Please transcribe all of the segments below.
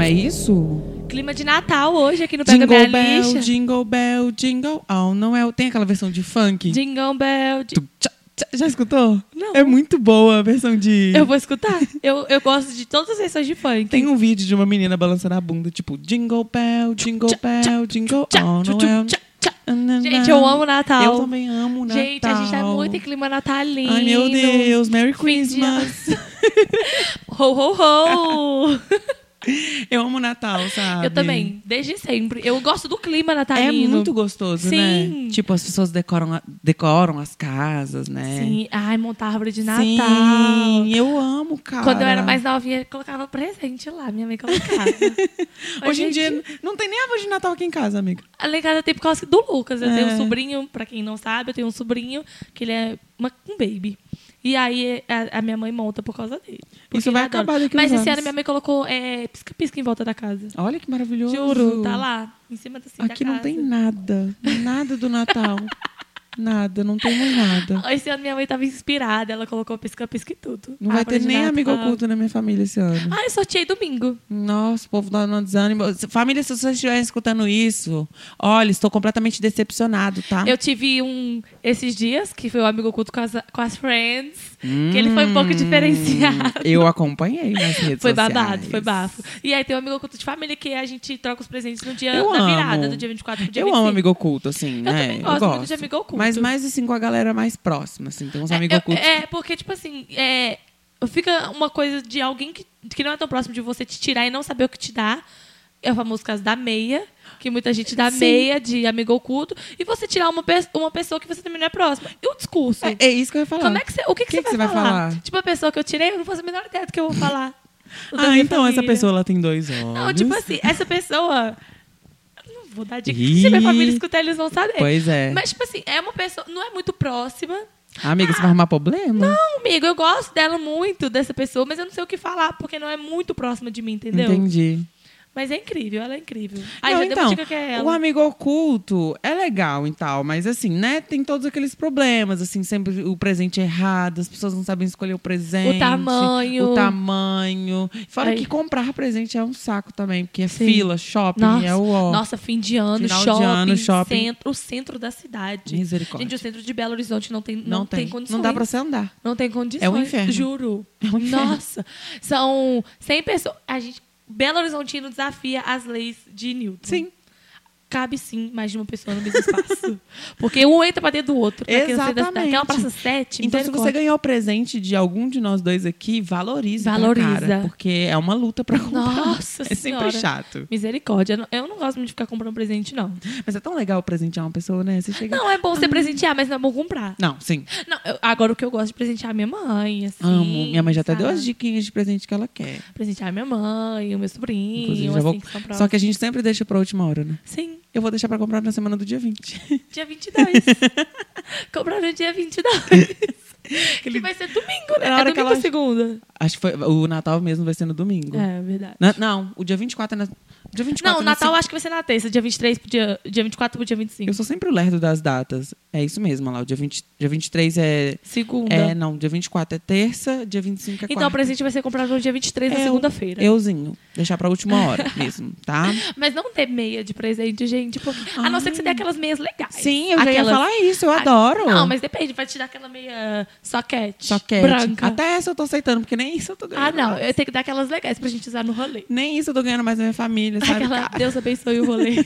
é isso? Clima de Natal hoje aqui no Pega Jingle Minha Bell, Lixa. Jingle Bell, Jingle All Noel. Tem aquela versão de funk? Jingle Bell. jin- Tu- tcha- tcha- Já escutou? Não. É muito boa a versão de. Eu vou escutar. eu, eu gosto de todas as versões de funk. Tem um vídeo de uma menina balançando a bunda, tipo Jingle Bell, Jingle Tcha, tcha, Bell, Jingle Tchá, All é tchu, tchu, Noel. tchá, tchá. Nananã. Gente, eu amo Natal. é um Eu também amo Natal. Gente, a gente tá muito em clima natalino. Ai, meu Deus, Merry Fim de ano. Christmas. Ho, ho, ho. Eu amo Natal, sabe? eu também, desde sempre. Eu gosto do clima É natalino. muito gostoso, Sim. né? Tipo, as pessoas decoram, a- decoram as casas, né? Sim. Ai, montar árvore de Natal. Sim, eu amo, cara. Quando eu era mais novinha, eu colocava presente lá. Minha mãe colocava. Hoje em dia, não tem nem árvore de Natal aqui em casa, amiga. A legada tem por causa do Lucas. Eu tenho É. um sobrinho, pra quem não sabe, eu tenho um sobrinho que ele é uma, um baby. E aí a, a minha mãe monta por causa dele. Porque Isso vai ele adora. acabar daqui uns Mas esse anos. ano minha mãe colocou é, pisca-pisca em volta da casa. Olha que maravilhoso. Juro, tá lá, em cima assim, da Aqui não casa. tem nada. Nada do Natal. nada, não temos nada. Esse ano minha mãe tava inspirada, ela colocou pisca-pisca e tudo. Não vai Árvore ter de nem Natal. amigo oculto na minha família esse ano. Ah, eu sorteei domingo. Nossa, o povo tá no desânimo. Família, se vocês estiverem escutando isso, olha, estou completamente decepcionado, tá? Eu tive um esses dias, que foi o amigo oculto com as, com as friends, que ele foi um pouco diferenciado. Eu acompanhei nas redes Foi Hum. sociais. babado, foi bafo. E aí tem um amigo oculto de família que a gente troca os presentes no dia Eu da virada, amo. do dia 24 pro dia Eu 25. amo amigo oculto, assim, né? também gosto muito de amigo oculto. Mas mais assim com a galera mais próxima, assim. Tem uns É, amigos eu- ocultos. É, porque, tipo assim, é, fica uma coisa de alguém que, que não é tão próximo de você te tirar e não saber o que te dá. É o famoso caso da meia, que muita gente dá Sim. meia de amigo oculto. E você tirar uma, pe- uma pessoa que você também não é próxima. E o discurso? É, é isso que eu ia falar. Como é que você, o que, que, Que você, que vai você vai falar? falar? Tipo, a pessoa que eu tirei, eu não faço a menor ideia do que eu vou falar. O da Ah, minha então essa família. pessoa ela tem dois olhos. Não, tipo assim, essa pessoa. eu Não vou dar dica. Ih. Se minha família escutar, eles vão saber. Pois é. Mas, tipo assim, é uma pessoa. Não é muito próxima. Amiga, você vai arrumar problema? Não, amigo, eu gosto dela muito, dessa pessoa, mas eu não sei o que falar, porque não é muito próxima de mim, entendeu? Entendi. Mas é incrível, ela é incrível. Aí Não, então, já deu uma dica que é O ela. amigo oculto é legal e tal, mas assim, né? Tem todos aqueles problemas, assim, sempre o presente errado, as pessoas não sabem escolher o presente. O tamanho. O tamanho. Fora Aí. que comprar presente é um saco também, porque é Sim. fila, shopping, Nossa, é o ó. nossa, fim de ano, Final de shopping, ano, shopping. Centro, o centro da cidade. Misericórdia. Gente, o centro de Belo Horizonte não tem, não tem. condições. Não dá pra você andar. Não tem condições. É um inferno. Juro. É um inferno. Nossa. São 100 pessoas. A gente, Belo Horizontino desafia as leis de Newton. Sim. Cabe sim mais de uma pessoa no mesmo espaço. Porque um entra pra dentro do outro. pra tá- quem não sai da- Exatamente. Daquela praça 7. Então, se você ganhou o presente de algum de nós dois aqui, valorize. pra Valoriza. cara, porque é uma luta pra comprar. Nossa É sempre Senhora. chato. Misericórdia. Eu não, eu não gosto muito de ficar comprando presente, não. Mas é tão legal presentear uma pessoa, né? Você chega. Não, é bom você presentear, mas não é bom comprar. Não, sim. Não, eu- agora o que eu gosto é de presentear minha mãe, assim. Amo. Minha mãe já tá até deu sabe? as diquinhas de presente que ela quer. Presentear minha mãe, o meu sobrinho, Inclusive, assim, já vou... que são Só que a gente sempre deixa pra última hora, né? Sim. Eu vou deixar pra comprar na semana do dia 20. Dia 22. Comprar no dia 22. Que vai ser domingo, né? Na É hora domingo que ou ela- segunda? Acho que foi... o Natal mesmo vai ser no domingo. É, verdade. Na- Não, o dia 24 é na... Dia 24 Não, é o na Natal assim. se- acho que vai ser na terça, dia 23 pro dia, dia 24 pro dia 25. Eu sou sempre o lerdo das datas. É isso mesmo, olha lá. O dia, 20... dia 23 é... Segunda. É, não. Dia 24 é terça, dia 25 é quarta. né? É, então o presente vai ser comprado no dia 23, na Eu- segunda-feira. Euzinho. Deixar pra última hora mesmo, tá? Mas não ter meia de presente, gente. Porque... A não ser que você dê aquelas meias legais. Ah. Sim, eu já ia Aquelas- falar isso. Eu a- adoro. Não, mas depende. Vai te dar aquela meia soquete. Soquete. Branca. Até essa eu tô aceitando, porque nem isso eu tô ganhando. Ah, não. Eu tenho que dar aquelas legais pra gente usar no rolê. Nem isso eu tô ganhando mais na minha família, sabe? Aquela Cara, Deus abençoe o rolê.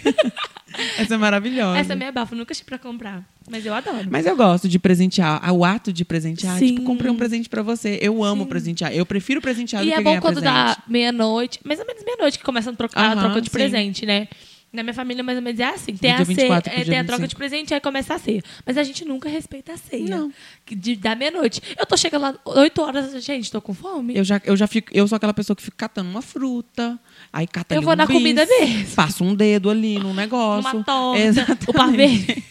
Essa é maravilhosa. Essa é minha bafa, nunca achei pra comprar. Mas eu adoro. Mas eu gosto de presentear. ah, O ato de presentear. Sim. Tipo, comprei um presente pra você. Eu amo presentear. Eu prefiro presentear e do é que bom ganhar quando presente. dá meia-noite, mais ou menos meia-noite, que começam a trocar Aham, a troca de sim. presente, né? Na minha família, mais ou menos, é assim. Tem, Do a, dia 24 ceia, pro é, dia tem a troca 25. de presente, aí começa a ceia. Mas a gente nunca respeita a ceia. Não. Que De, da meia-noite. Eu tô chegando lá 8 horas, gente, tô com fome. Eu já, eu já fico, eu sou aquela pessoa que fica catando uma fruta, aí cata Eu ali vou um na bis, comida mesmo. Passo um dedo ali num negócio. Numa torta, Exatamente. o pavê.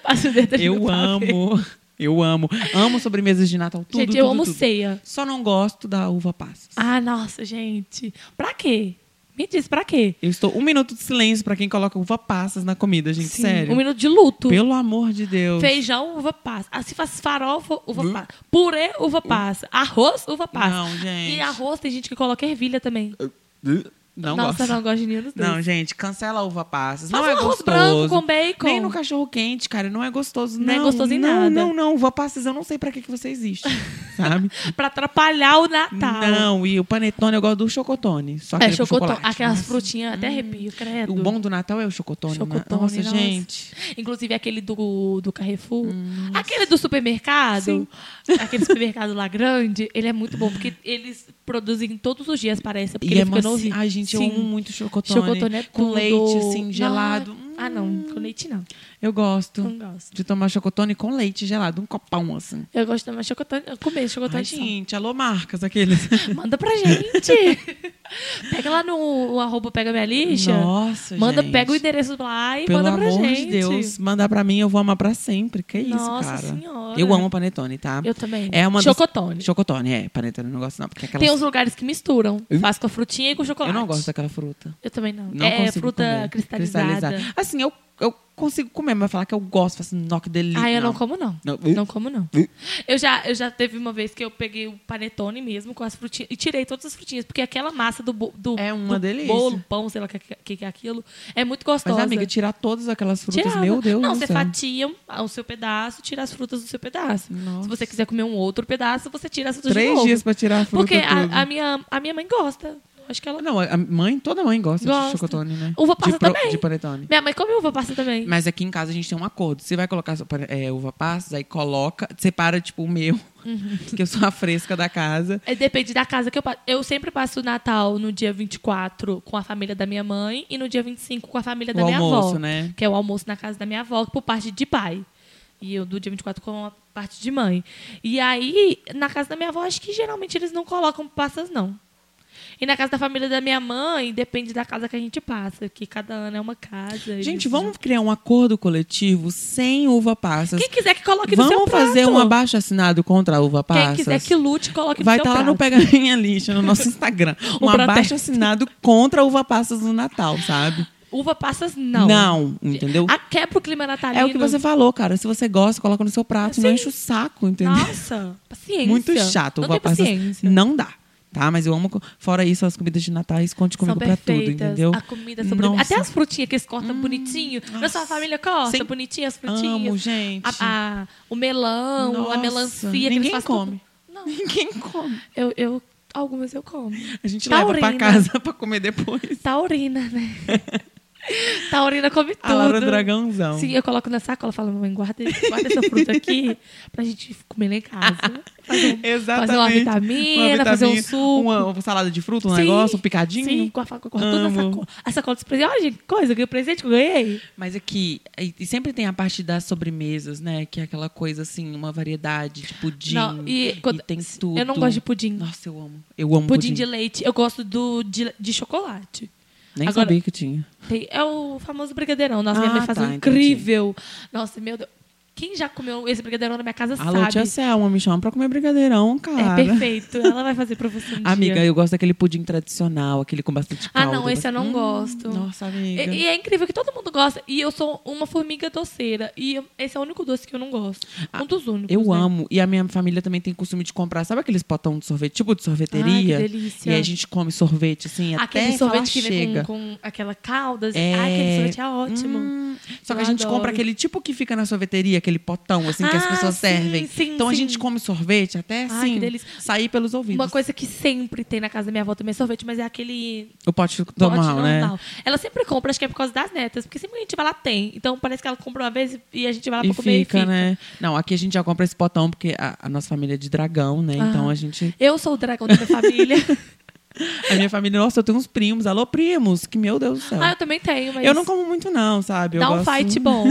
Passo o dedo ali no Eu pavê. amo. Eu amo. Amo sobremesas de Natal tudo. Gente, eu tudo, amo tudo. ceia. Só não gosto da uva passa. Ah, nossa, gente. Pra quê? Me diz, pra quê? Eu estou um minuto de silêncio pra quem coloca uva passas na comida, gente. Sim, sério. Um minuto de luto. Pelo amor de Deus. Feijão, uva passa. Ah, se faz farofa, uva passa. Purê, uva passa. Arroz, uva passa. Não, gente. E arroz tem gente que coloca ervilha também. Não Nossa, gosto. não gosto de nenhum dos dois. Não, gente, cancela a uva passas. Faz não é um arroz gostoso. branco com bacon. Nem no cachorro quente, cara, não é gostoso, não. Não é gostoso em não, nada. Não, não, uva passas, eu não sei pra que, que você existe, sabe? Pra atrapalhar o Natal. Não, e o panetone eu gosto do chocotone. Só que Tá. É, ele com chocotone. chocolate. Aquelas Nossa. frutinhas, até arrepio, credo. O bom do Natal é o chocotone. né? Chocotone, nossa, nossa. gente. Inclusive aquele do, do Carrefour. Aquele do supermercado. Hum, Sim. Aquele supermercado lá grande. Ele é muito bom, porque eles produzem todos os dias, parece. Porque E ele é fica no macio. Rio. Ai, gente, Sim. eu amo muito chocotone. Chocotone é Com tudo. leite, assim, Não, gelado. Ah, não. Com leite, não. Eu gosto Não gosto. de tomar chocotone com leite gelado. Um copão, assim. Eu gosto de tomar chocotone. Comer chocotone Ai, só. gente, alô, marcas, aqueles. Manda pra gente. pega lá no arroba Pega Minha Lixa. Nossa, manda, gente. pega o endereço lá e Pelo manda pra amor gente. de Deus, mandar pra mim, eu vou amar pra sempre. Que isso, Nossa cara. Senhora. Eu amo panetone, tá? Eu também. É uma das- Chocotone. Chocotone, é. Panetone eu não gosto, não. Porque aquela... Tem uns lugares que misturam. Faz com a frutinha e com o chocolate. Eu não gosto daquela fruta. Eu também não. Não é consigo fruta comer. cristalizada. Assim, eu, eu consigo comer, mas falar que eu gosto, faço assim, noque delícia. Ah, eu não, como, não. Não. Não, como, não. Eu já, eu já teve uma vez que eu peguei o panetone mesmo com as frutinhas e tirei todas as frutinhas, porque aquela massa do, bo- do, É uma do delícia. bolo, pão, sei lá o que, que, que é aquilo, é muito gostosa. Mas, amiga, tirar todas aquelas frutas, Tirava. meu Deus Não, do você céu. fatia o seu pedaço, tira as frutas do seu pedaço. Nossa. Se você quiser comer um outro pedaço, você tira as frutas de Três novo. dias pra tirar a fruta Porque toda. a, a minha, a minha mãe gosta. Acho que ela Não, a mãe, toda mãe gosta, de Gosta. chocotone, né? Uva De passa pro- também. De panetone. Minha mãe come uva passa também. Mas aqui em casa a gente tem um acordo. Você vai colocar sua pane- é, uva passa, aí coloca, separa, tipo, o meu, que eu sou a fresca da casa. É, Depende da casa que eu passo. Eu sempre passo o Natal no dia 24 com a família da minha mãe e no dia 25 com a família da O minha almoço, avó. né? Que é o almoço na casa da minha avó, por parte de pai. E eu do dia 24 com a parte de mãe. E aí, na casa da minha avó, acho que geralmente eles não colocam passas, não. E na casa da família da minha mãe, depende da casa que a gente passa, que cada ano é uma casa. eles- Gente, vamos criar um acordo coletivo sem uva passas. Quem quiser que coloque no seu Vamos prato. fazer um abaixo assinado contra a uva passas. Quem quiser que lute, coloque Vai no estar seu lá prato. no Pega Minha Lixa, no nosso Instagram. Um Um protesto. abaixo assinado contra a uva passas no Natal, sabe? Uva passas, não. Ah, Não, entendeu? A, quebra o clima natalino. É o que você falou, cara. Se você gosta, coloca no seu prato, não Sim. enche o saco, entendeu? Nossa, paciência. Muito chato. Não uva tem passas paciência. não dá. Tá, mas eu amo. co- Fora isso, as comidas de Natal, isso conte comigo pra tudo, entendeu? A comida sobre... Nossa, Hum, Até as frutinhas que eles cortam bonitinho. Não é só a nossa. família corta, Sim. bonitinho as frutinhas. Amo, gente. A- a- o melão, Nossa, a melancia. que eles ninguém fazem come. tudo. Não, Ninguém come. eu, eu- Algumas eu como. A gente leva pra Taurina. casa pra comer depois. Taurina, né? Taurina come tudo. A Laura é um Dragãozão. Sim, eu coloco na sacola e falo, mamãe, guarda, guarda essa fruta aqui pra gente comer lá em casa. Fazer um- Exatamente. Fazer uma vitamina, fazer um suco. Uma salada de fruta, um Sim. negócio, um picadinho. Sim, com a faca, com a toda a Amo. sacola. A sacola dos presentes. Olha, gente, que coisa, que presente que eu ganhei. Mas aqui, e e sempre tem a parte das sobremesas, né? Que é aquela coisa assim, uma variedade de pudim. Não, e, e quando- tem tudo. Eu não gosto de pudim. Nossa, eu amo. Eu amo pudim, pudim. de leite. Eu gosto do de, de chocolate. Nem Agora- sabia que tinha. Tem- é o famoso brigadeirão. Nossa, minha Ah, mãe faz tá, um entendi. incrível. Nossa, meu Deus. Quem já comeu esse brigadeirão na minha casa Alô, sabe. tia Selma, me chama pra comer brigadeirão, é cara. perfeito. Ela vai fazer pra você um dia. Amiga, eu gosto daquele pudim tradicional, aquele com bastante Ah, caldo. hum, não, esse eu não gosto. Nossa, E, amiga. e é incrível que todo mundo gosta. E eu sou uma formiga doceira. E eu- esse é o único doce que eu não gosto. Um dos únicos. Ah, Eu né? amo. E a minha família também tem costume de comprar, sabe aqueles potão de sorvete, tipo de sorveteria? Ai, que delícia. E aí a gente come sorvete, assim, Ah, Aquele até sorvete falar que chega. vem com, com aquela calda. É. Ai, aquele sorvete é ótimo. Hum, só que Eu a gente adoro. compra aquele tipo que fica na sorveteria, aquele potão, assim, que as Ah, pessoas sim, servem. sim, então a sim. gente come sorvete até, Ai, assim, que delícia. sair pelos ouvidos. Uma coisa que sempre tem na casa da minha avó também é sorvete, mas é aquele O pote pote normal, né? normal. Ela sempre compra, acho que é por causa das netas, porque sempre que a gente vai lá tem. Então parece que ela compra uma vez e a gente vai lá E Ah, pra comer e fica, fica. né? Não, aqui a gente já compra esse potão, porque a, a nossa família é de dragão, né? Ah. Então a gente... Eu sou o dragão da minha família. A minha família, nossa, eu tenho uns primos. Alô, primos! Que, meu Deus do céu. ah, eu também tenho, mas. Tá. eu não como muito, não, sabe? Eu Dá um gosto- fight bom.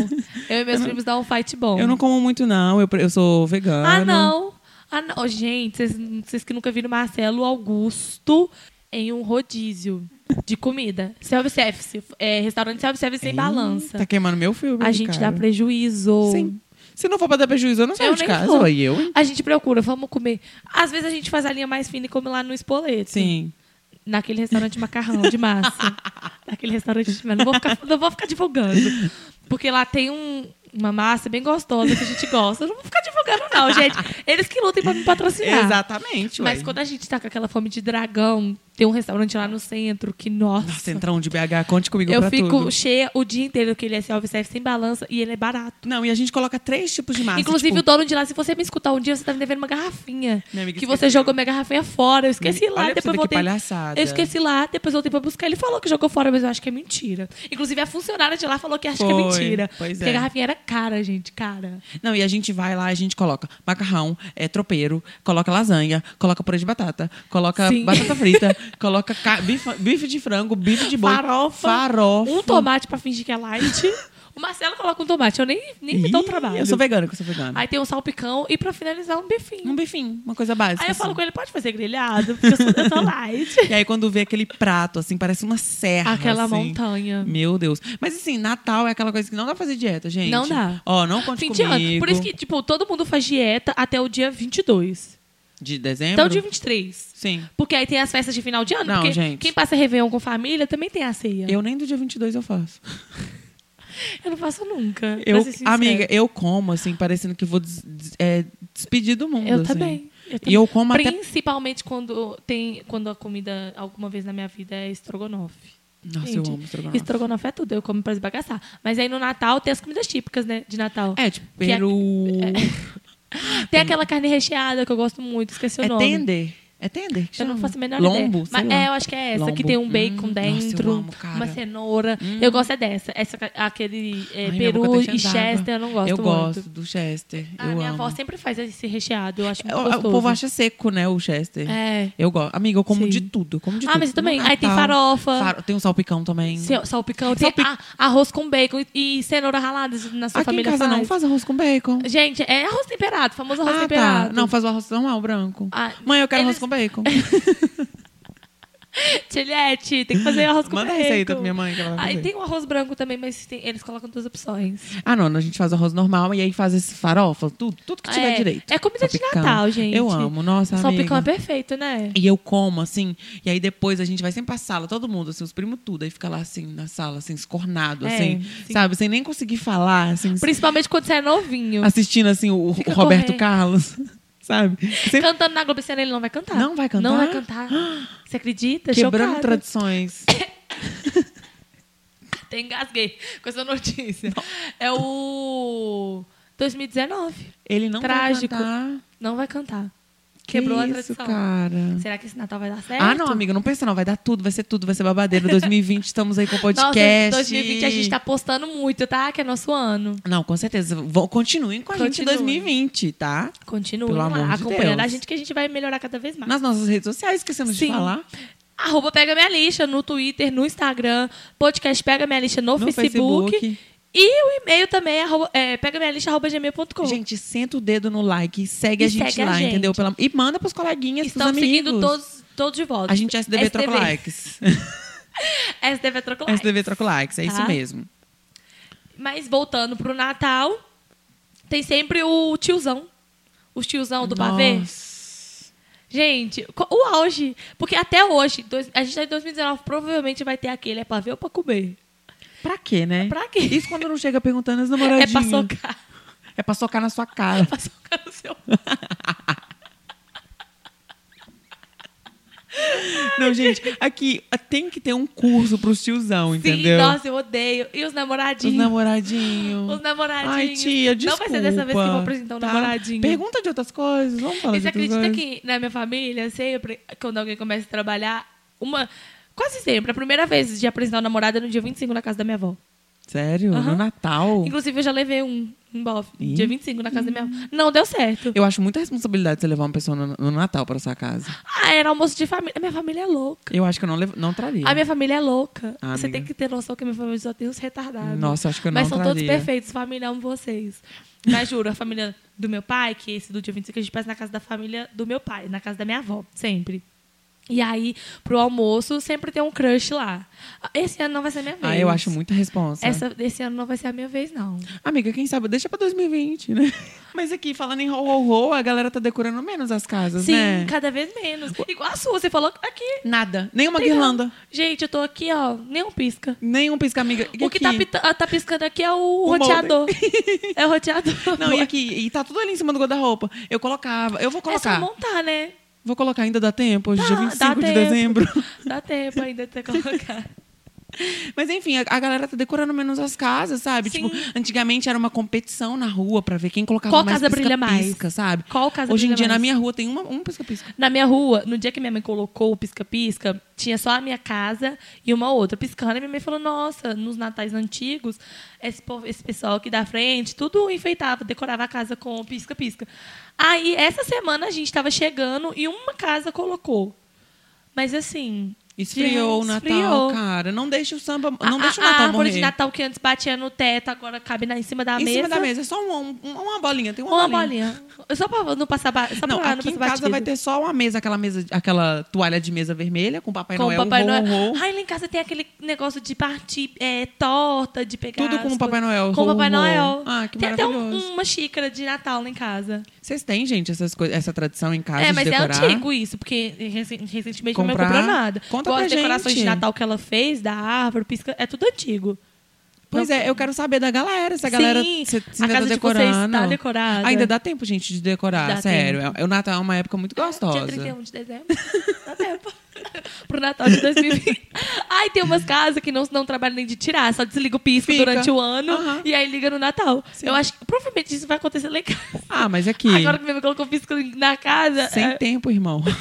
Eu e meus primos dá um fight bom. Eu não como muito, não. Eu, pre- eu sou vegana. Ah, não. Ah, não. Gente, vocês, vocês que nunca viram Marcelo Augusto em um rodízio de comida. Self-service. É, restaurante self-service sem Ih, balança. Tá queimando meu filme. A aí, gente dá cara. prejuízo. Sim. Se não for pra dar prejuízo, eu não saio Eu de nem casa. vou. Ué, eu, hein? A gente procura, vamos comer. Às vezes a gente faz a linha mais fina e come lá no espoleto. Sim. Naquele restaurante de macarrão de massa. Naquele restaurante de massa. Não vou ficar, não vou ficar divulgando. Porque lá tem um- uma massa bem gostosa que a gente gosta. Eu não vou ficar divulgando, não, gente. Eles que lutem pra me patrocinar. Exatamente. Ah. Mas ué. quando a gente tá com aquela fome de dragão, Tem um restaurante lá no centro que, nossa. Nossa, entrão de BH, conte comigo eu pra fico tudo. cheia o dia inteiro daquele self-service sem balança e ele é barato. Não, e a gente coloca três tipos de massa. Inclusive, tipo, o dono de lá, se você me escutar um dia, você tá me devendo uma garrafinha. Minha amiga que esqueceu. você jogou minha garrafinha fora. Eu esqueci Olha lá, pra você depois ver que voltei. palhaçada. Eu esqueci lá, depois voltei pra buscar. Ele falou que jogou fora, mas eu acho que é mentira. Inclusive, a funcionária de lá falou que acha que é Foi, mentira. pois porque é. a garrafinha era cara, gente, cara. Não, e a gente vai lá, a gente coloca macarrão, é, tropeiro, coloca lasanha, coloca purê de batata, coloca Sim. batata frita, coloca ca- bife, bife de frango, bife de boi, Farofa. farofa. Um tomate pra fingir que é light. o Marcelo coloca um tomate, eu nem, nem me dou o Ih, trabalho. Eu sou vegana, que eu sou vegana. Aí tem um salpicão e pra finalizar, um bifinho. Um bifinho, uma coisa básica. Aí eu falo assim. com ele, pode fazer grelhado? Porque eu sou, eu sou light. E aí quando vê aquele prato, assim, parece uma serra. Aquela assim. montanha. Meu Deus. Mas assim, Natal é aquela coisa que não dá pra fazer dieta, gente. Não dá. Ó, não conte Fim de comigo. ano. Por isso que, tipo, todo mundo faz dieta até o dia 22. De dezembro? Até o dia 23. Sim. Porque aí tem as festas de final de ano. Não, porque gente. quem passa Réveillon com família também tem a ceia. Eu, Eu nem do dia 22 eu faço. não faço nunca. pra Eu, ser sincera. amiga, eu como, assim, parecendo que vou des- des- é, despedir do mundo. Eu assim. também. Eu E também. eu como até. Principalmente quando tem quando a comida, alguma vez na minha vida, é estrogonofe. Nossa, Gente, eu amo estrogonofe. Estrogonofe é tudo, eu como pra esbagaçar. Mas aí no Natal tem as comidas típicas, né? De Natal. É, tipo, Que é- peru. Tem aquela carne recheada que eu gosto muito, esqueci o É, nome. tender. É tender? que Eu não chama? faço a menor ideia. Lombo, sei Mas lá. é, eu acho que é essa, Lombo. que tem um bacon Hum, nossa, eu dentro, amo, cara. Hum. uma cenoura. Eu gosto é dessa. Essa, aquele é, Ai, minha boca peru tá e enchendo chester, d'água. eu não gosto Eu muito. gosto do chester. A eu minha amo. É, avó sempre faz esse recheado, eu acho muito O, o gostoso. povo acha seco, né, o chester. É. Eu gosto. Amiga, eu como Sim. de tudo. eu como de Ah, tudo. mas eu No também. Aí tem Natal, farofa. faro- Tem um salpicão também. se- Salpicão, tem Salpic- a- arroz com bacon e, e cenoura ralada na sua Aqui em família casa faz. não faz arroz com bacon. Gente, é arroz temperado, famoso arroz ah, temperado. tá. Não, faz o arroz normal, branco. Ah, Mãe, eu quero eles- É, arroz com bacon. Tilhete, tem que fazer arroz com Manda a bacon. receita pra minha mãe que ela vai Aí fazer. tem o arroz branco também, mas tem- eles colocam duas opções. Ah, não, a gente faz arroz normal e aí faz esse farofa, tudo, tudo que tiver é, direito. É comida de Salpicão. Natal, gente. Eu amo, nossa, amiga. Salpicão é perfeito, né? E eu como, assim, e aí depois a gente vai sempre pra sala, todo mundo, assim, os primos tudo, aí fica lá, assim, na sala, assim, escornado, É, assim, sim. sabe? Sem nem conseguir falar, assim, Principalmente quando você é novinho. assistindo, assim, o, o Fica Roberto correndo. Carlos, sabe? Sempre Cantando na Globo Sena, ele não vai cantar. Não vai cantar? Não vai cantar. Você acredita? quebrando Chocada. tradições. Até engasguei com essa notícia. É o 2019. Ele não Trágico. vai cantar. Não vai cantar. Que Quebrou a isso, tradição. cara. Será que esse Natal vai dar certo? Ah, não, amiga, não pensa não. Vai dar tudo, vai ser tudo, vai ser babadeiro. 2020, estamos aí com o Nossa, podcast. 2020 a gente tá postando muito, tá? Que é nosso ano. Não, com certeza. Vão, continuem com a gente em Continuem. 2020, tá? Continue Pelo lá, amor de acompanhando Deus. a gente que a gente vai melhorar cada vez mais. Nas nossas redes sociais, esquecemos Sim. de falar. Arroba Pega Minha Lixa no Twitter, no Instagram, podcast Pega Minha Lixa no, No Facebook, Facebook. E o e-mail também, arroba, é, pega minha lixa, arroba gmail.com. Gente, senta o dedo no like, segue E a gente segue a lá, gente. entendeu? Pela- E manda pros coleguinhas, Estão pros amigos. seguindo todos, todos de volta. A gente é SDB, troca likes. SDB Troca Likes. SDB troca likes, é isso Tá? mesmo. Mas voltando pro Natal, tem sempre o tiozão. Os tiozão do pavê. Nossa. Gente, co- o auge. Porque até hoje, dois- a gente tá em 2019, provavelmente vai ter aquele é pavê ou pra comer. Pra quê, né? É Pra quê? Isso quando não chega perguntando as É namoradinhas. pra socar. É pra socar na sua cara. Pra socar no seu... Não, gente, aqui tem que ter um curso pros tiozão, entendeu? Sim, nossa, eu odeio. E os Os namoradinhos? namoradinhos. Os namoradinhos. Ai, tia, Não desculpa. vai ser dessa vez que eu vou apresentar um tá? namoradinho. Pergunta de outras coisas, vamos falar E de você outras acredita coisas. que na minha família, sempre, quando alguém começa a trabalhar, uma. Quase sempre, a primeira vez de apresentar o namorado é no dia 25 na casa da minha avó. Sério? No Aham. Natal? Inclusive, eu já levei um, um bofe, Ih. Hum. dia 25 na casa da minha avó. Não deu certo. Eu acho muita responsabilidade você levar uma pessoa no, no Natal pra sua casa. Ah, era almoço de família. A minha família é louca. Eu acho que eu não, levo, não traria. A minha família é louca. Ah, Você amiga. tem que ter noção que a minha família só tem uns retardados. Nossa, acho que eu não Mas são todos traria. perfeitos, família, amo vocês. Mas juro, a família do meu pai, que é esse do dia 25, a gente passa na casa da família do meu pai, na casa da minha avó, sempre. E aí, pro almoço, sempre tem um crush lá. Esse ano não vai ser a minha vez. Ah, eu acho muita responsa. Essa, esse ano não vai ser a minha vez, não. Amiga, quem sabe, deixa pra 2020, né? Mas aqui, falando em ho, ho, ho, a galera tá decorando menos as casas, Sim, né? cada vez menos. Igual a sua, você falou aqui. Nada. Nenhuma tem não. guirlanda. Gente, eu tô aqui, ó, nem um pisca. Nenhum pisca-amiga. E O que aqui? tá, pita- ah, tá piscando aqui é o, molde. roteador. É o roteador. Não, e aqui? E tá tudo ali em cima do guarda-roupa. Eu colocava, eu vou É só colocar. montar, né? Vou colocar ainda dá tempo, hoje é dia Tá, Dá- dá 25 de tempo. dezembro. Dá tempo ainda até colocar. Mas enfim, a, a galera tá decorando menos as casas, sabe? Sim. Tipo, antigamente era uma competição na rua pra ver quem colocava Qual mais casa brilha mais? pisca-pisca, sabe? Qual casa Hoje em brilha dia na mais? minha rua tem uma, um pisca-pisca. Na minha rua, no dia que minha mãe colocou o pisca-pisca, tinha só a minha casa e uma outra piscando. E minha mãe falou: Nossa, nos natais antigos, esse, povo- esse pessoal aqui da frente, tudo enfeitava, decorava a casa com pisca-pisca. Aí, essa semana, a gente estava chegando e uma casa colocou. Mas assim. Esfriou o Natal, esfriou. cara. Não deixa o samba, não A- deixa a, o Natal Ah, árvore morrer. de Natal que antes batia no teto, agora cabe na, em cima da em mesa. cima da mesa, é só um- um- uma bolinha, tem uma, Uma bolinha. bolinha. Tá Só pra não passar. ba- Só Não, pra aqui não em passar casa vai batido. ter só uma mesa, aquela mesa, aquela toalha de mesa vermelha com Papai com Noel, o Papai ho, Noel. ho, ho. Ai, lá em casa tem aquele negócio de partir é, torta, de pegar. Tudo as com o coisas. Papai Noel, Com o ho, Papai ho. Noel. Ah, que tem até um- maravilhoso. uma xícara de Natal lá em casa. Vocês têm, gente, essas coisas, essa tradição em casa é, de mas é decorar? antigo isso, porque recen- recentemente minha mãe não Comprar. comprou nada. Conta Igual pra as decorações gente. de Natal que ela fez, da árvore, pisca, é tudo antigo. Pois é, eu quero saber da galera, se a galera Sim, se, se a ainda casa tá de vocês decorando. tá decorada. Ainda dá tempo, gente, de decorar, Dá Ah, sério. É- O Natal é uma época muito Dia gostosa. 31 de dezembro. Dá tempo. Pro Natal de 2020. Ai, tem umas casas que não, não trabalham nem de tirar, só desliga o pisco Fica. durante o ano Aham. e aí liga no Natal. Sim. Eu acho que provavelmente isso vai acontecer lá em casa. Ah, mas aqui, Agora que minha mãe colocou pisco na casa, sem é, tempo, irmão.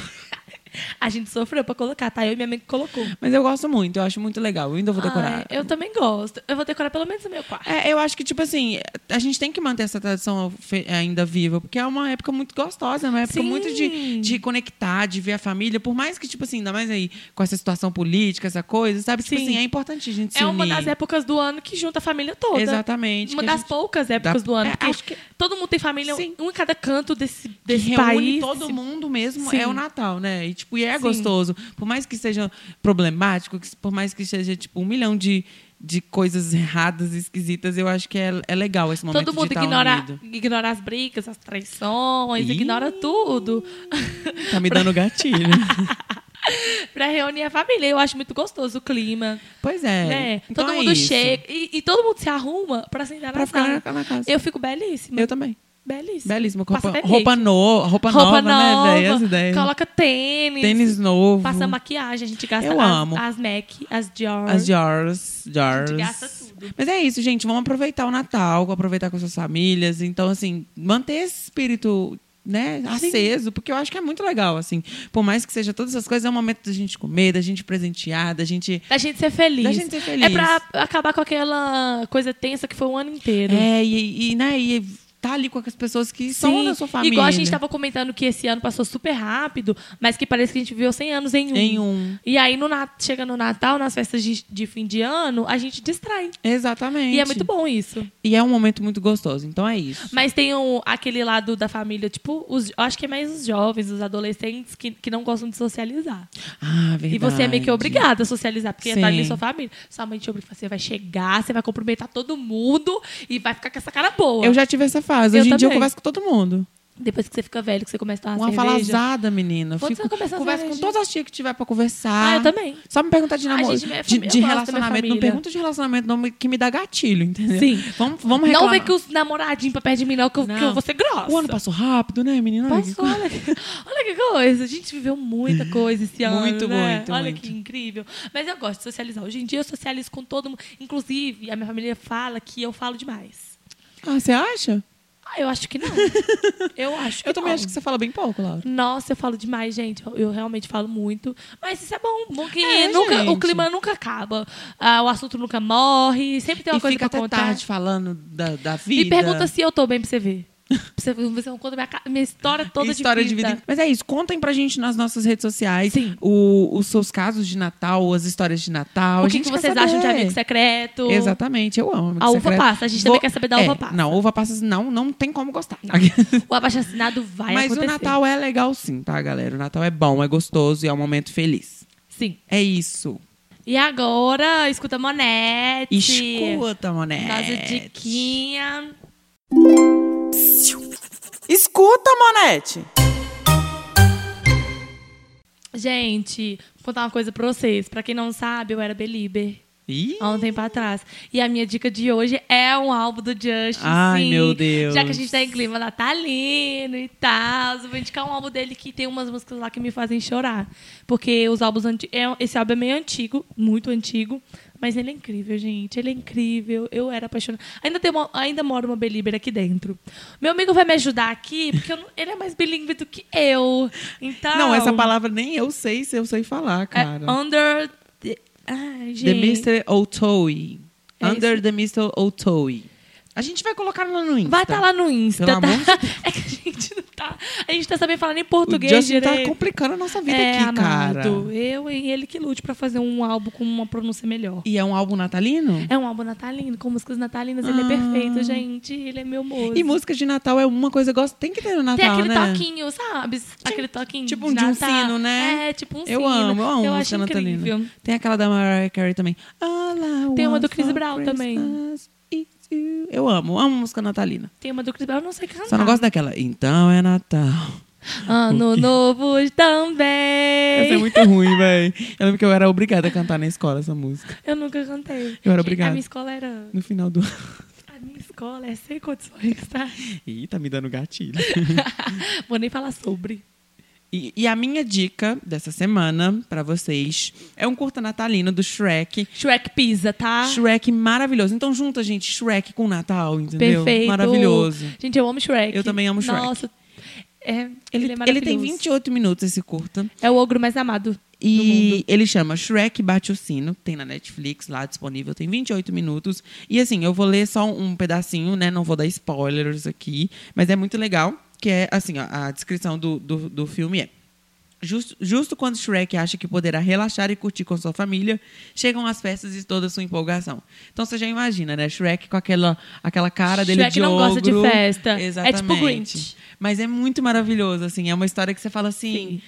a gente sofreu pra colocar, tá? Eu e minha mãe que colocou. Mas eu gosto muito, eu acho muito legal. Eu ainda vou decorar. Ai, é. eu também gosto. Eu vou decorar pelo menos o meu quarto. É, eu acho que, tipo assim, a gente tem que manter essa tradição fe- ainda viva, porque é uma época muito gostosa, é uma época Sim. muito de, de conectar, de ver a família, por mais que, tipo assim, ainda mais aí com essa situação política, essa coisa, sabe? Tipo Sim. assim, é importante a gente se É uma unir. das épocas do ano que junta a família toda. Exatamente. Uma que a das gente- poucas épocas Dá- do ano. é, porque acho que- todo mundo tem família, Sim. um em cada canto desse, que desse reúne país. todo desse mundo mesmo Sim. é o Natal, né? E tipo, e é Sim. gostoso. Por mais que seja problemático, que- por mais que seja tipo um milhão de, de coisas erradas, esquisitas, eu acho que é, é legal esse momento Todo mundo de tá ignora, unido. ignora as brigas, as traições, Ih. ignora tudo Tá me dando gatilho. pra reunir a família. Eu acho muito gostoso o clima, pois é. né? Então todo é mundo isso. chega e, e todo mundo se arruma pra sentar Pra na ficar sala. na, na casa. Eu fico belíssima. Eu também. Belíssima. Belíssimo. Passa Roupa, até roupa, jeito. no, roupa, Roupa nova, né? velho? As ideias. coloca tênis, Tênis novo. passa maquiagem, a gente gasta Eu as, amo. as MAC, as Dior. As jars, jars. gente gasta Uhum. tudo. Mas é isso, gente. Vamos aproveitar o Natal, aproveitar com suas famílias. Então, assim, manter esse espírito, né, aceso, porque eu acho que é muito legal, assim. Por mais que seja todas essas coisas, é um momento da gente comer, da gente presentear, da gente. Da gente ser feliz. Da gente ser feliz. É pra acabar com aquela coisa tensa que foi o ano inteiro. É, e, e, né, e tá ali com as pessoas que são Sim, da sua família. Igual a gente tá tava comentando que esse ano passou super rápido, mas que parece que a gente viveu 100 anos em um. Em um. E aí no Nat- chega no Natal, nas festas de, de fim de ano, a gente distrai. Exatamente. E é muito bom isso. E é um momento muito gostoso. Então é isso. Mas tem o- aquele lado da família, tipo, os, eu acho que é mais os jovens, os adolescentes que, que não gostam de socializar. Ah, verdade. E você é meio que obrigada a socializar, porque Sim. tá ali na sua família. Sua mãe te obriga, você vai chegar, você vai cumprimentar todo mundo e vai ficar com essa cara boa. Eu já tive essa fase. Eu Hoje em dia eu também. converso com todo mundo. Depois que você fica velho, que você começa a tomar Uma cerveja. falazada, menina. Eu Quando Fico, você começa a converso com cerveja? todas as tias que tiver pra conversar. Ah, eu também. Só me perguntar de Ah, namoro. gente, minha de, família- de eu gosto da minha relacionamento. Não família. pergunta de relacionamento, não, que me dá gatilho, entendeu? Sim. Vamos, vamos reclamar. Não vem que os namoradinhos pra perto de mim, não, que, eu- Não. que eu vou ser grossa. O ano passou rápido, né, menina? Olha que Passou, olha, que, olha que coisa. A gente viveu muita coisa esse ano. Muito, né? muito, Olha muito. que incrível. Mas eu gosto de socializar. Hoje em dia eu socializo com todo mundo. Inclusive, a minha família fala que eu falo demais. co- Ah, você acha? Ah, eu acho que não. Eu acho que Eu também não. acho que você fala bem pouco, Laura. Nossa, eu falo demais, gente. Eu, eu realmente falo muito. Mas isso é bom. bom que É, nunca, gente. o clima nunca acaba. Ah, o assunto nunca morre. Sempre tem uma e coisa fica pra até contar. tarde falando da, da vida. Me pergunta assim, se eu tô bem pra você ver. Pra você ver, você conta minha, ca- minha história toda história de vida. Mas é isso, contem pra gente nas nossas redes sociais Sim. o- os seus casos de Natal, as histórias de Natal. O A que, gente que quer vocês acham de saber. amigo secreto? Exatamente, eu amo. amigo A uva secreto. passa, a gente também quer saber da É, uva passa. Não, uva passa não, não tem como gostar. O abaixo-assinado vai Mas acontecer. o Natal é legal sim, tá, galera? O Natal é bom, é gostoso e é um momento feliz. Sim. É isso. E agora, escuta a Monete. Escuta, Monete. Nossa diquinha. Escuta, Monete. Gente, vou contar uma coisa pra vocês. Pra quem não sabe, eu era belieber. Ih, há um tempo atrás. E a minha dica de hoje é um álbum do Justin. Ai, sim. meu Deus. Já que a gente tá em clima natalino e tal, eu vou indicar um álbum dele que tem umas músicas lá que me fazem chorar. Porque os álbuns anti- é- Esse álbum é meio antigo, muito antigo. Mas ele é incrível, gente. Ele é incrível. Eu era apaixonada. Ainda, tem uma- ainda mora uma belieber aqui dentro. Meu amigo vai me ajudar aqui, porque eu não- ele é mais bilíngue do que eu. Então. não, essa palavra nem eu sei se eu sei falar, é cara. Under. The... Ai, gente. The Mr. Otoy. É Under the Mr. Otoy. A gente vai colocar lá no Insta. Vai estar lá no Insta, tá? Pelo amor de É que a gente não tá. A gente tá sabendo falar nem O português Justin tá direito. complicando a nossa vida é, aqui, amado. cara. Eu e ele que lute pra fazer um álbum com uma pronúncia melhor. E é um álbum natalino? É um álbum natalino, com músicas natalinas. Ele é Ah. perfeito, gente. Ele é meu moço. E música de Natal é uma coisa que gosta. Tem que ter no Natal, Tem aquele né? toquinho, sabe? aquele toquinho tipo de, um de um Natal. sino, né? É, tipo um eu sino. amo, eu amo Eu acho música incrível. natalina. Tem aquela da Mariah Carey também. All I Tem uma want do Chris for Brown também. Christmas is you. Eu amo, amo música natalina. Tem uma do Chris Brown, eu não sei cantar. Só não gosto daquela. Então é Natal. Ano Novo também. Essa é muito ruim, velho. Eu lembro que eu era obrigada a cantar na escola essa música. Eu nunca cantei. Eu era Gente, A obrigado. minha escola era... No final do ano. A minha escola é sem condições, tá? Ih, tá me dando gatilho. Vou nem falar sobre. E, e a minha dica dessa semana pra vocês é um curta natalino do Shrek. Shrek Pizza, tá? Shrek maravilhoso. Então junta, gente, Shrek com Natal, entendeu? Perfeito. Maravilhoso. Gente, eu amo Shrek. Eu também amo Shrek. Nossa. É, ele, Ele, é ele maravilhoso. tem um- 28 minutos esse curta. É o ogro mais amado do mundo. E ele chama Shrek Bate o Sino, tem na Netflix lá disponível, tem 28 minutos. E assim, eu vou ler só um pedacinho, né? Não vou dar spoilers aqui, mas é muito legal, que é assim, ó, a descrição do, do, do filme é. Justo, justo quando Shrek acha que poderá relaxar e curtir com sua família, chegam as festas e toda a sua empolgação. Então você já imagina, né? Shrek com aquela, aquela cara dele Shrek de não gosta de ogro. festa. É Exatamente. tipo Grinch. Mas é muito maravilhoso, assim. É uma história que você fala assim.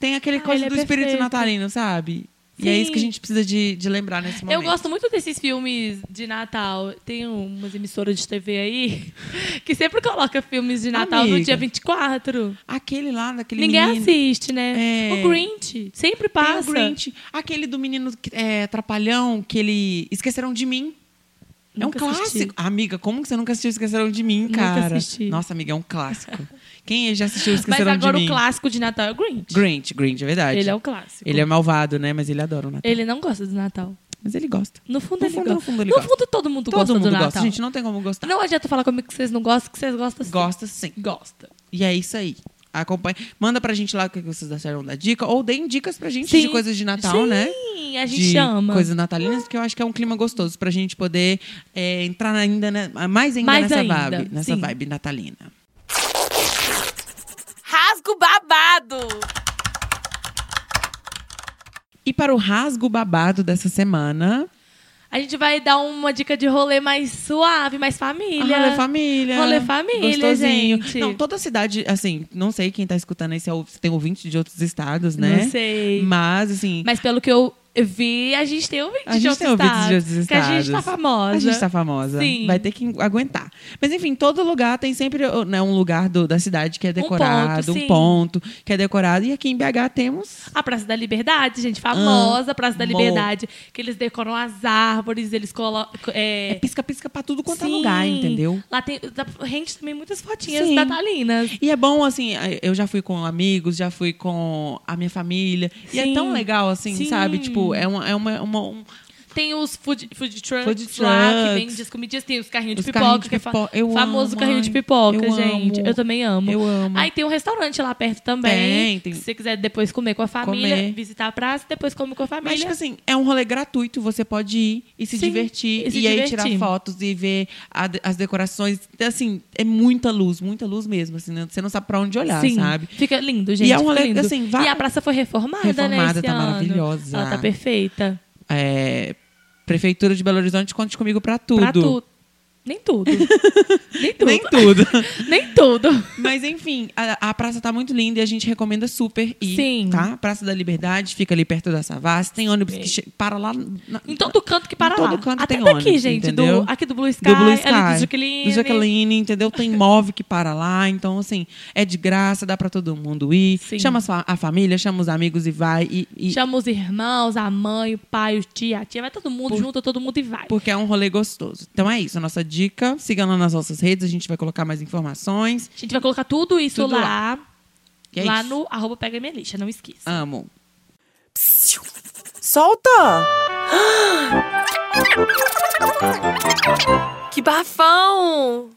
Tem aquele Ah, coisa ele é do espírito perfeito. natalino, sabe? E é Sim. isso que a gente precisa de, de lembrar nesse momento. Eu gosto muito desses filmes de Natal. Tem umas emissoras de TV aí que sempre coloca filmes de Natal no Amiga. dia 24. Aquele lá, daquele Ninguém menino. assiste, né? É. O Grinch sempre Tem passa. o Grinch. Aquele do menino é, trapalhão, que ele... Esqueceram de mim. é um Nunca clássico. assisti. Amiga, como que você nunca assistiu Esqueceram de mim, Nunca cara? assisti. Nossa, amiga, é um clássico. Quem já assistiu Mas Esqueceram agora de o mim? clássico de Natal é o Grinch. Grinch, Grinch, é verdade. Ele é o clássico. Ele é malvado, né? Mas ele adora o Natal. Ele não gosta do Natal. Mas ele gosta. No fundo, No ele fundo, gosta. no fundo, ele gosta. todo mundo Todo gosta mundo do gosta. Natal. Gente, não tem como gostar. Não adianta falar comigo que vocês não gostam, que vocês gostam sim. Gosta sim. Gosta. E é isso aí. Acompanha. Manda pra gente lá o que vocês acharam da dica. Ou deem dicas pra gente Sim. de coisas de Natal, Sim, né? a gente de chama. Coisas natalinas, porque eu acho que é um clima gostoso pra gente poder é, entrar ainda, né, mais ainda Mais nessa ainda, vibe. Nessa sim. vibe natalina. Rasgo babado. E para o rasgo babado dessa semana. A gente vai dar uma dica de rolê mais suave, mais família. Rolê Ah, é família. Rolê família, Gostosinho. gente. Não, toda cidade, assim, não sei quem tá escutando esse, se tem ouvinte de outros estados, né? Não sei. Mas, assim. Mas pelo que eu vi, a gente tem ouvintes A de gente outros tem ouvintes de estados, outros Que a gente tá estados. famosa. A gente tá famosa. Sim. Vai ter que aguentar. Mas enfim, todo lugar tem sempre né, um lugar do- da cidade que é decorado, ponto, um sim. ponto, que é decorado. E aqui em BH temos. A Praça da Liberdade, gente, famosa Praça da Amo. Liberdade. Que eles decoram as árvores, eles colocam. É pisca-pisca pra tudo quanto é Sim. lugar, entendeu? Lá tem, dá- rende também muitas fotinhas Sim. natalinas. E é bom, assim, eu já fui com amigos, já fui com a minha família. E Sim. é tão legal, assim, Sim. sabe? Tipo, é uma. É uma, uma um, Tem os food, food trucks Food lá, que trucks. vende as comidinhas. Tem os carrinhos de Os pipoca, carrinhos de que é fa- pipoca. Eu famoso amo, carrinho de ai. pipoca, Eu gente. amo. Eu também amo. Eu amo. Aí tem um restaurante lá perto também. Tem, tem. Se você quiser depois comer com a família, Comer. visitar a praça, depois come com a família. mas, tipo assim, é um rolê gratuito, você pode ir e se Sim, divertir. e E, se aí divertir. tirar fotos e ver a de- as decorações. Assim, é muita luz, muita luz mesmo. Assim, né? Você não sabe pra onde olhar, Sim, sabe? Fica lindo, gente. E é um fica rolê, lindo. assim, vai- E a praça foi reformada, né? Reformada, esse tá ano. maravilhosa. Ela tá perfeita. É, Prefeitura de Belo Horizonte, conte comigo pra tudo. Pra tudo. Nem tudo. Nem tudo. Nem tudo. Nem tudo. Mas enfim, a, a praça tá muito linda e a gente recomenda super ir. Sim. Tá? Praça da Liberdade fica ali perto da Savassi. Tem ônibus que che- para lá. na- Em todo canto que para Em todo lá. canto Até tem daqui, ônibus, gente. entendeu? Do, aqui do Blue Sky, do Blue ali Sky, do Jaqueline. do Jaqueline, entendeu? Tem móvel que para lá, então assim, é de graça, dá pra todo mundo ir. Sim. Chama a, sua- a família, chama os amigos e vai e, e- Chama os irmãos, a mãe, o pai, o tio, a tia. Vai todo mundo, junta todo mundo e vai. porque é um rolê gostoso. Então é isso, a nossa dica. Siga lá nas nossas redes, a gente vai colocar mais informações. A gente vai colocar tudo isso Tudo lá. E é lá isso. no arroba pega minha lixa, não esqueça. Amo. Solta! Que bafão!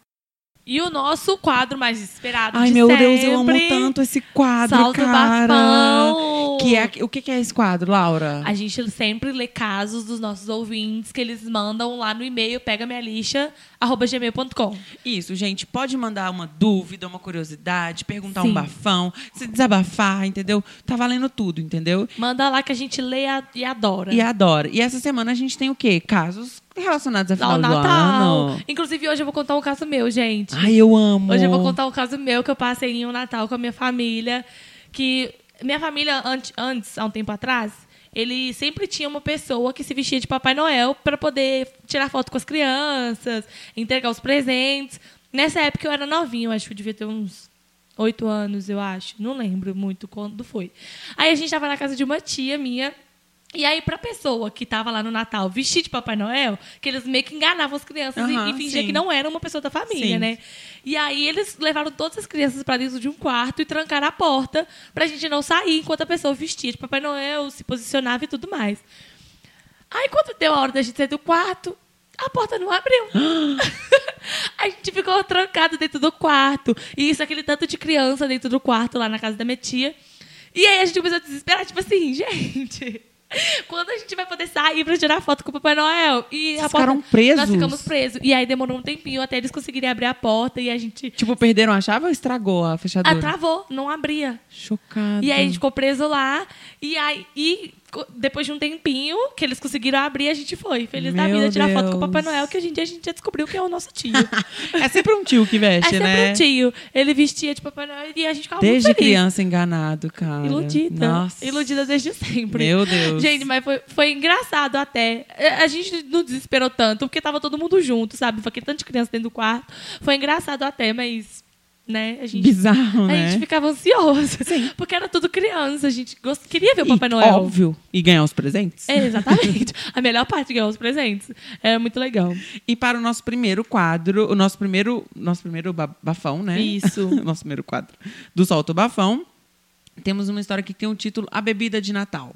E o nosso quadro mais esperado Ai, de meu sempre, Deus, eu amo tanto esse quadro, Salto cara. Bafão. Que é, o que que é esse quadro, Laura? A gente sempre lê casos dos nossos ouvintes que eles mandam lá no e-mail pega minha lixa, arroba gmail.com. Isso, gente, pode mandar uma dúvida, uma curiosidade, perguntar Sim. um bafão, se desabafar, entendeu? Tá valendo tudo, entendeu? Manda lá que a gente lê a- e adora. E é adora. E essa semana a gente tem o quê? Casos relacionados a Ao final do Natal. ano. Inclusive, hoje eu vou contar um caso meu, gente. Ai, eu amo. Hoje eu vou contar um caso meu que eu passei em um Natal com a minha família. Que minha família, ante- antes, há um tempo atrás, ele sempre tinha uma pessoa que se vestia de Papai Noel para poder tirar foto com as crianças, entregar os presentes. Nessa época eu era novinha, eu acho que eu devia ter uns oito anos, eu acho. Não lembro muito quando foi. Aí a gente estava na casa de uma tia minha. E aí, pra pessoa que tava lá no Natal vestida de Papai Noel, que eles meio que enganavam as crianças e- Aham, e, fingiam sim. que não era uma pessoa da família, Sim. né? E aí eles levaram todas as crianças pra dentro de um quarto e trancaram a porta pra gente não sair enquanto a pessoa vestia de Papai Noel, se posicionava e tudo mais. Aí quando deu a hora da gente sair do quarto, a porta não abriu. a gente ficou trancado dentro do quarto. E isso, aquele tanto de criança dentro do quarto lá na casa da minha tia. E aí a gente começou a desesperar, tipo assim, gente. Quando a gente vai poder sair pra tirar foto com o Papai Noel? E a Vocês porta, ficaram presos? Nós ficamos presos. E aí demorou um tempinho até eles conseguirem abrir a porta e a gente. Tipo, perderam a chave ou estragou a fechadura? Ah, travou, não abria. Chocada. E aí a gente ficou preso lá. E aí, e co- depois de um tempinho que eles conseguiram abrir, a gente foi. Feliz da Meu vida tirar foto com o Deus. Papai Noel, que hoje em dia a gente já descobriu que é o nosso tio. É sempre um tio que é veste, sempre né? um tio. Ele vestia de Papai Noel e a gente ficava Desde muito feliz. criança enganado, cara. Iludida. Nossa. Iludida desde sempre. Meu Deus. Gente, mas foi, foi engraçado até. É, A gente não desesperou tanto, porque tava todo mundo junto, sabe? Foi aquele tanto de criança dentro do quarto. Foi engraçado até, mas. Né? A gente Bizarro, a né? gente ficava ansioso. Porque era tudo criança. A gente gost... queria ver o Papai E, Noel. Óbvio. E ganhar os presentes. É, exatamente. a melhor parte de ganhar os presentes. Era muito legal. E para o nosso primeiro quadro, o nosso primeiro, nosso primeiro ba- bafão, né? Isso. nosso primeiro quadro do Solta o Bafão, temos uma história que tem o título A Bebida de Natal.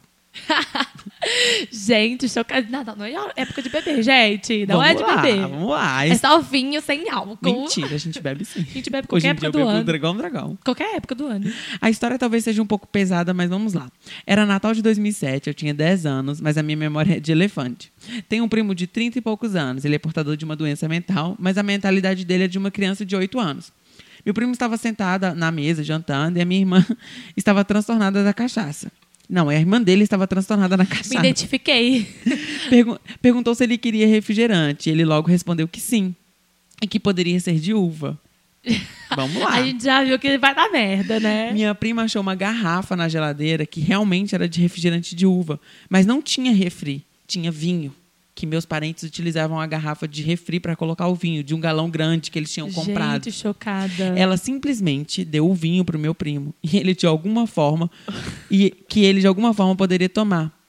gente, chocada. Natal não é época de beber, gente. Não é de lá, beber. Vamos lá. É só vinho sem álcool. Mentira, a gente bebe sim. A gente bebe Hoje qualquer em época dia eu do bebo ano. dragão dragão. Qualquer época do ano. A história talvez seja um pouco pesada, mas vamos lá. Era Natal de 2007, eu tinha 10 anos, mas a minha memória é de elefante. Tenho um primo de 30 e poucos anos, ele é portador de uma doença mental, mas a mentalidade dele é de uma criança de 8 anos. Meu primo estava sentada na mesa, jantando, e a minha irmã estava transtornada da cachaça. Não, a irmã dele estava transtornada na Me cachaça. identifiquei. Pergun- perguntou se ele queria refrigerante. Ele logo respondeu que sim. E que poderia ser de uva. Vamos lá. A gente já viu que vai dar merda, né? Minha prima achou uma garrafa na geladeira que realmente era de refrigerante de uva, mas não tinha refri, tinha vinho. Que meus parentes utilizavam a garrafa de refri para colocar o vinho, de um galão grande que eles tinham comprado. Gente, é. chocada. Ela é simplesmente deu o vinho pro meu primo. E ele de alguma forma. E que ele de alguma forma poderia tomar.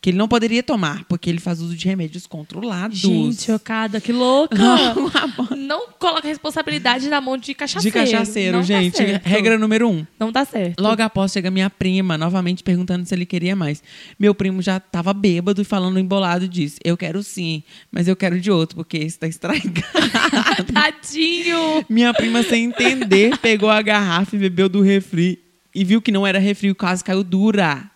Que ele não poderia tomar, porque ele faz uso de remédios controlados. Gente, chocada, que louca! Não, amor. não coloca responsabilidade na mão de de cachaceiro. cachaceiro, Não dá gente. certo. Regra número um. Não dá certo. Logo após chega minha prima, novamente perguntando se ele queria mais. Meu primo já tava bêbado e falando embolado e disse: Eu quero sim, mas eu quero de outro, porque esse tá estragado. Tadinho! minha prima, sem entender, pegou a garrafa e bebeu do refri. E viu que não era refri, o caso caiu dura.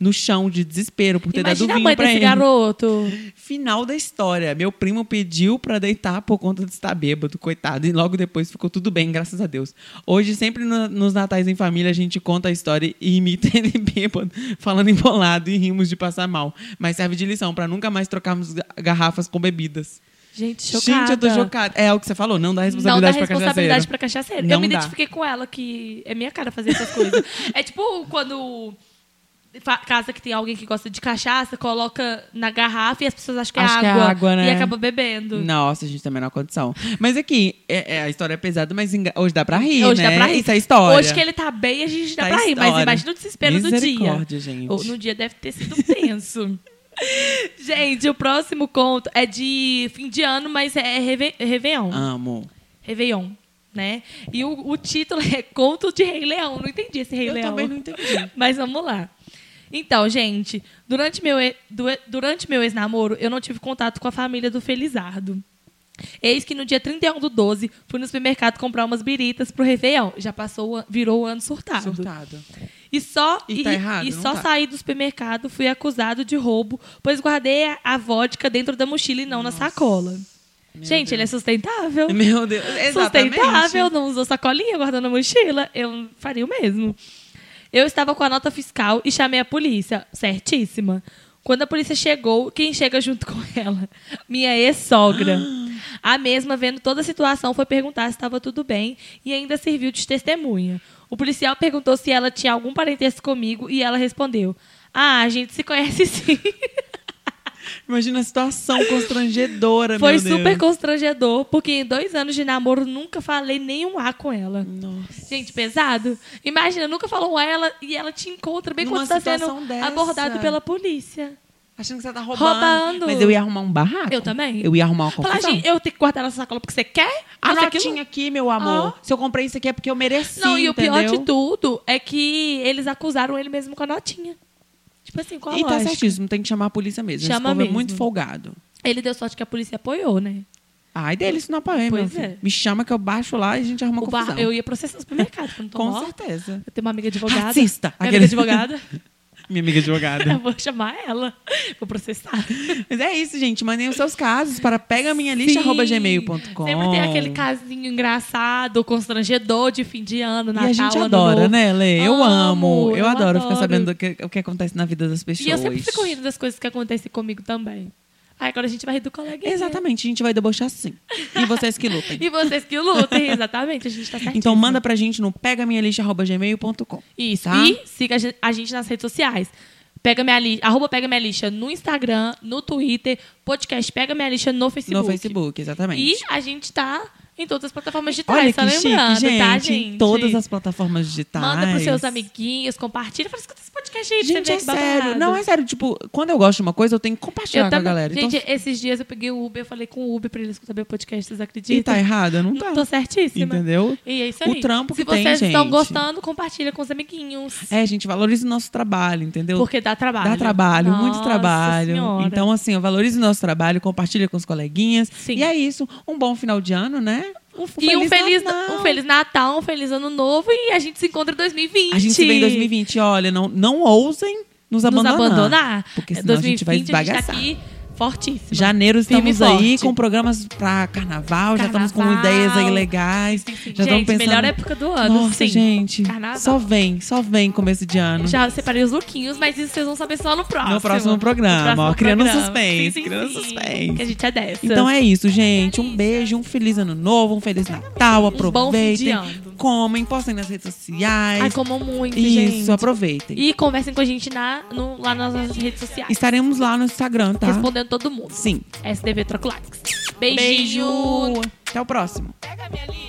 No chão de desespero por ter Imagina dado a vinho mãe pra desse ele. garoto. Final da história. Meu primo pediu pra deitar por conta de estar bêbado, coitado. E logo depois ficou tudo bem, graças a Deus. Hoje, sempre no- nos natais em família, a gente conta a história e imita ele bêbado, falando embolado e rimos de passar mal. Mas serve de lição pra nunca mais trocarmos ga- garrafas com bebidas. Gente, chocada. Gente, eu tô chocada. É o que você falou, não Não dá dá responsabilidade pra responsabilidade cachaceira. pra cachaceiro. Não eu me dá. identifiquei com ela, que é minha cara fazer essas coisas. é tipo quando fa- casa que tem alguém que gosta de cachaça, coloca na garrafa e as pessoas acham que é Acho que água. é água, né? E acaba bebendo. Nossa, gente, também não há condição. Mas aqui, é, é, a história é pesada, mas enga- hoje dá pra rir, Hoje né? dá pra rir. Isso é história. Hoje que ele tá bem, a gente dá Tá pra rir. Mas história. imagina o desespero do dia. Misericórdia, gente. Ou no dia deve ter sido tenso. gente, o próximo conto é de fim de ano, mas é reve Réveillon. Amo. Réveillon, né? E o, o título é Conto de Rei Leão. Não entendi esse Rei eu Leão. também não entendi. Mas vamos lá. Então, gente, durante meu, e- du- durante meu ex-namoro, eu não tive contato com a família do Felizardo. Eis que no dia 31 do 12, fui no supermercado comprar umas biritas pro Réveillon. Já passou, o an- virou o ano surtado. Surtado. E só, E tá errado, e não só tá? saí do supermercado, fui acusado de roubo, pois guardei a, a vodka dentro da mochila e não na sacola. gente, ele é sustentável Meu Deus, exatamente. sustentável, não usou sacolinha guardando a mochila, eu faria o mesmo. Eu estava com a nota fiscal e chamei a polícia, certíssima. Quando a polícia chegou, quem chega junto com ela? Minha ex-sogra. A mesma, vendo toda a situação, foi perguntar se estava tudo bem e ainda serviu de testemunha. O policial perguntou se ela tinha algum parentesco comigo e ela respondeu: Ah, a gente se conhece sim. Imagina a situação constrangedora, Foi meu Deus. super constrangedor, porque em dois anos de namoro nunca falei nenhum A com ela. Nossa. Gente, pesado. Imagina, nunca falou a ela e ela te encontra bem Numa quando tá sendo situação dessa. abordado pela polícia. Achando que você tá Roubando. Mas eu ia arrumar um barraco. Eu também. Eu ia arrumar uma Falar, confusão. gente, eu tenho que guardar essa sacola porque você quer? a Mas notinha aquilo- Ah. aqui, meu amor. Se eu comprei isso aqui é porque eu mereci, Não, e o pior entendeu? de tudo é que eles acusaram ele mesmo com a notinha. Tipo assim, com a E tá lógica? certíssimo, tem que chamar a polícia mesmo. Chama Esse povo mesmo. é muito folgado. Ele deu sorte que a polícia apoiou, né? Ai, dele, isso não apoia, meu Pois filho. é. Me chama que eu baixo lá e a gente arruma O confusão. bar... Eu ia processar o supermercado, quando tô Com morta. certeza. Eu tenho uma amiga advogada. Racista. Minha Aquele- amiga advogada. Minha amiga advogada. eu vou chamar ela. Vou processar. Mas é isso, gente. Mandem os seus casos para Sim. pegaminhalista.gmail.com. Sempre tem aquele casinho engraçado, constrangedor de fim de ano, E Natal, a gente Ano adora, Novo. né, Lê? Eu amo. Eu, adoro, ficar adoro. sabendo o que, o que acontece na vida das pessoas. E eu sempre fico rindo das coisas que acontecem comigo também. Aí agora a gente vai rir do colega. Exatamente, a gente vai debochar sim. E vocês que lutem. né? E vocês que lutem, exatamente. A gente tá certinho. Então manda pra gente no pegaminhalista.gmail.com. Isso. tá? E siga a gen- a gente nas redes sociais. Pega minha lixa, arroba Pega Minha Lixa no Instagram, no Twitter, podcast Pega Minha Lixa no Facebook. No Facebook, exatamente. E a gente tá em todas as plataformas digitais, Olha que só lembrando, chique, gente, tá, gente? Em todas as plataformas digitais. Manda pros seus amiguinhos, compartilha. Fala, escuta esse podcast aí pra Gente, você ver é que babado." sério. Não, é sério. Tipo, quando eu gosto de uma coisa, eu tenho que Eu compartilhar com também- a galera. Gente, então, esses dias eu peguei o Uber, eu falei com o Uber pra ele escutar meu podcast, vocês e acreditam? tá errada? Não tá. Não tô certíssima. Entendeu? E é isso O aí. trampo Se que tem, vocês estão gente. gostando, compartilha com os amiguinhos. É, gente, valoriza o nosso trabalho, entendeu? Porque dá trabalho. Dá trabalho, muito Nossa trabalho. Senhora. Então, assim, valorize o nosso trabalho, compartilha com os coleguinhas. Sim. E é isso. Um bom final de ano, né? Um f- e um feliz, Natal. um feliz Natal, um feliz Ano Novo e a gente se encontra em 2020. A gente se vê em 2020. Olha, não, não ousem nos Nos abandonar. abandonar. Porque senão a gente vai 2020 a esbagaçar. gente tá aqui fortíssimo. Janeiro Firme e estamos aí forte. com programas pra carnaval, já estamos com Carnaval. ideias aí legais. Já estamos gente, pensando. melhor época do ano, Nossa, sim. gente. Carnaval. Só vem, só vem começo de ano. Já separei os lookinhos, mas isso vocês vão saber só no próximo. No próximo programa, No próximo ó, criando um programa. suspense, Sim, sim, criando sim. suspense. Que a gente é dessa. Então é isso, gente. Um beijo, um feliz ano novo, um feliz Natal. fim de Aproveitem. ano. comem, postem nas redes sociais. Ai, comam muito, gente. isso, aproveitem. E conversem com a gente na, no- lá nas nossas redes sociais. Estaremos lá no Instagram, tá? Respondendo todo mundo. Sim. SDV Trocolax. Beijo. Beijinho. Até o próximo. Pega minha linha.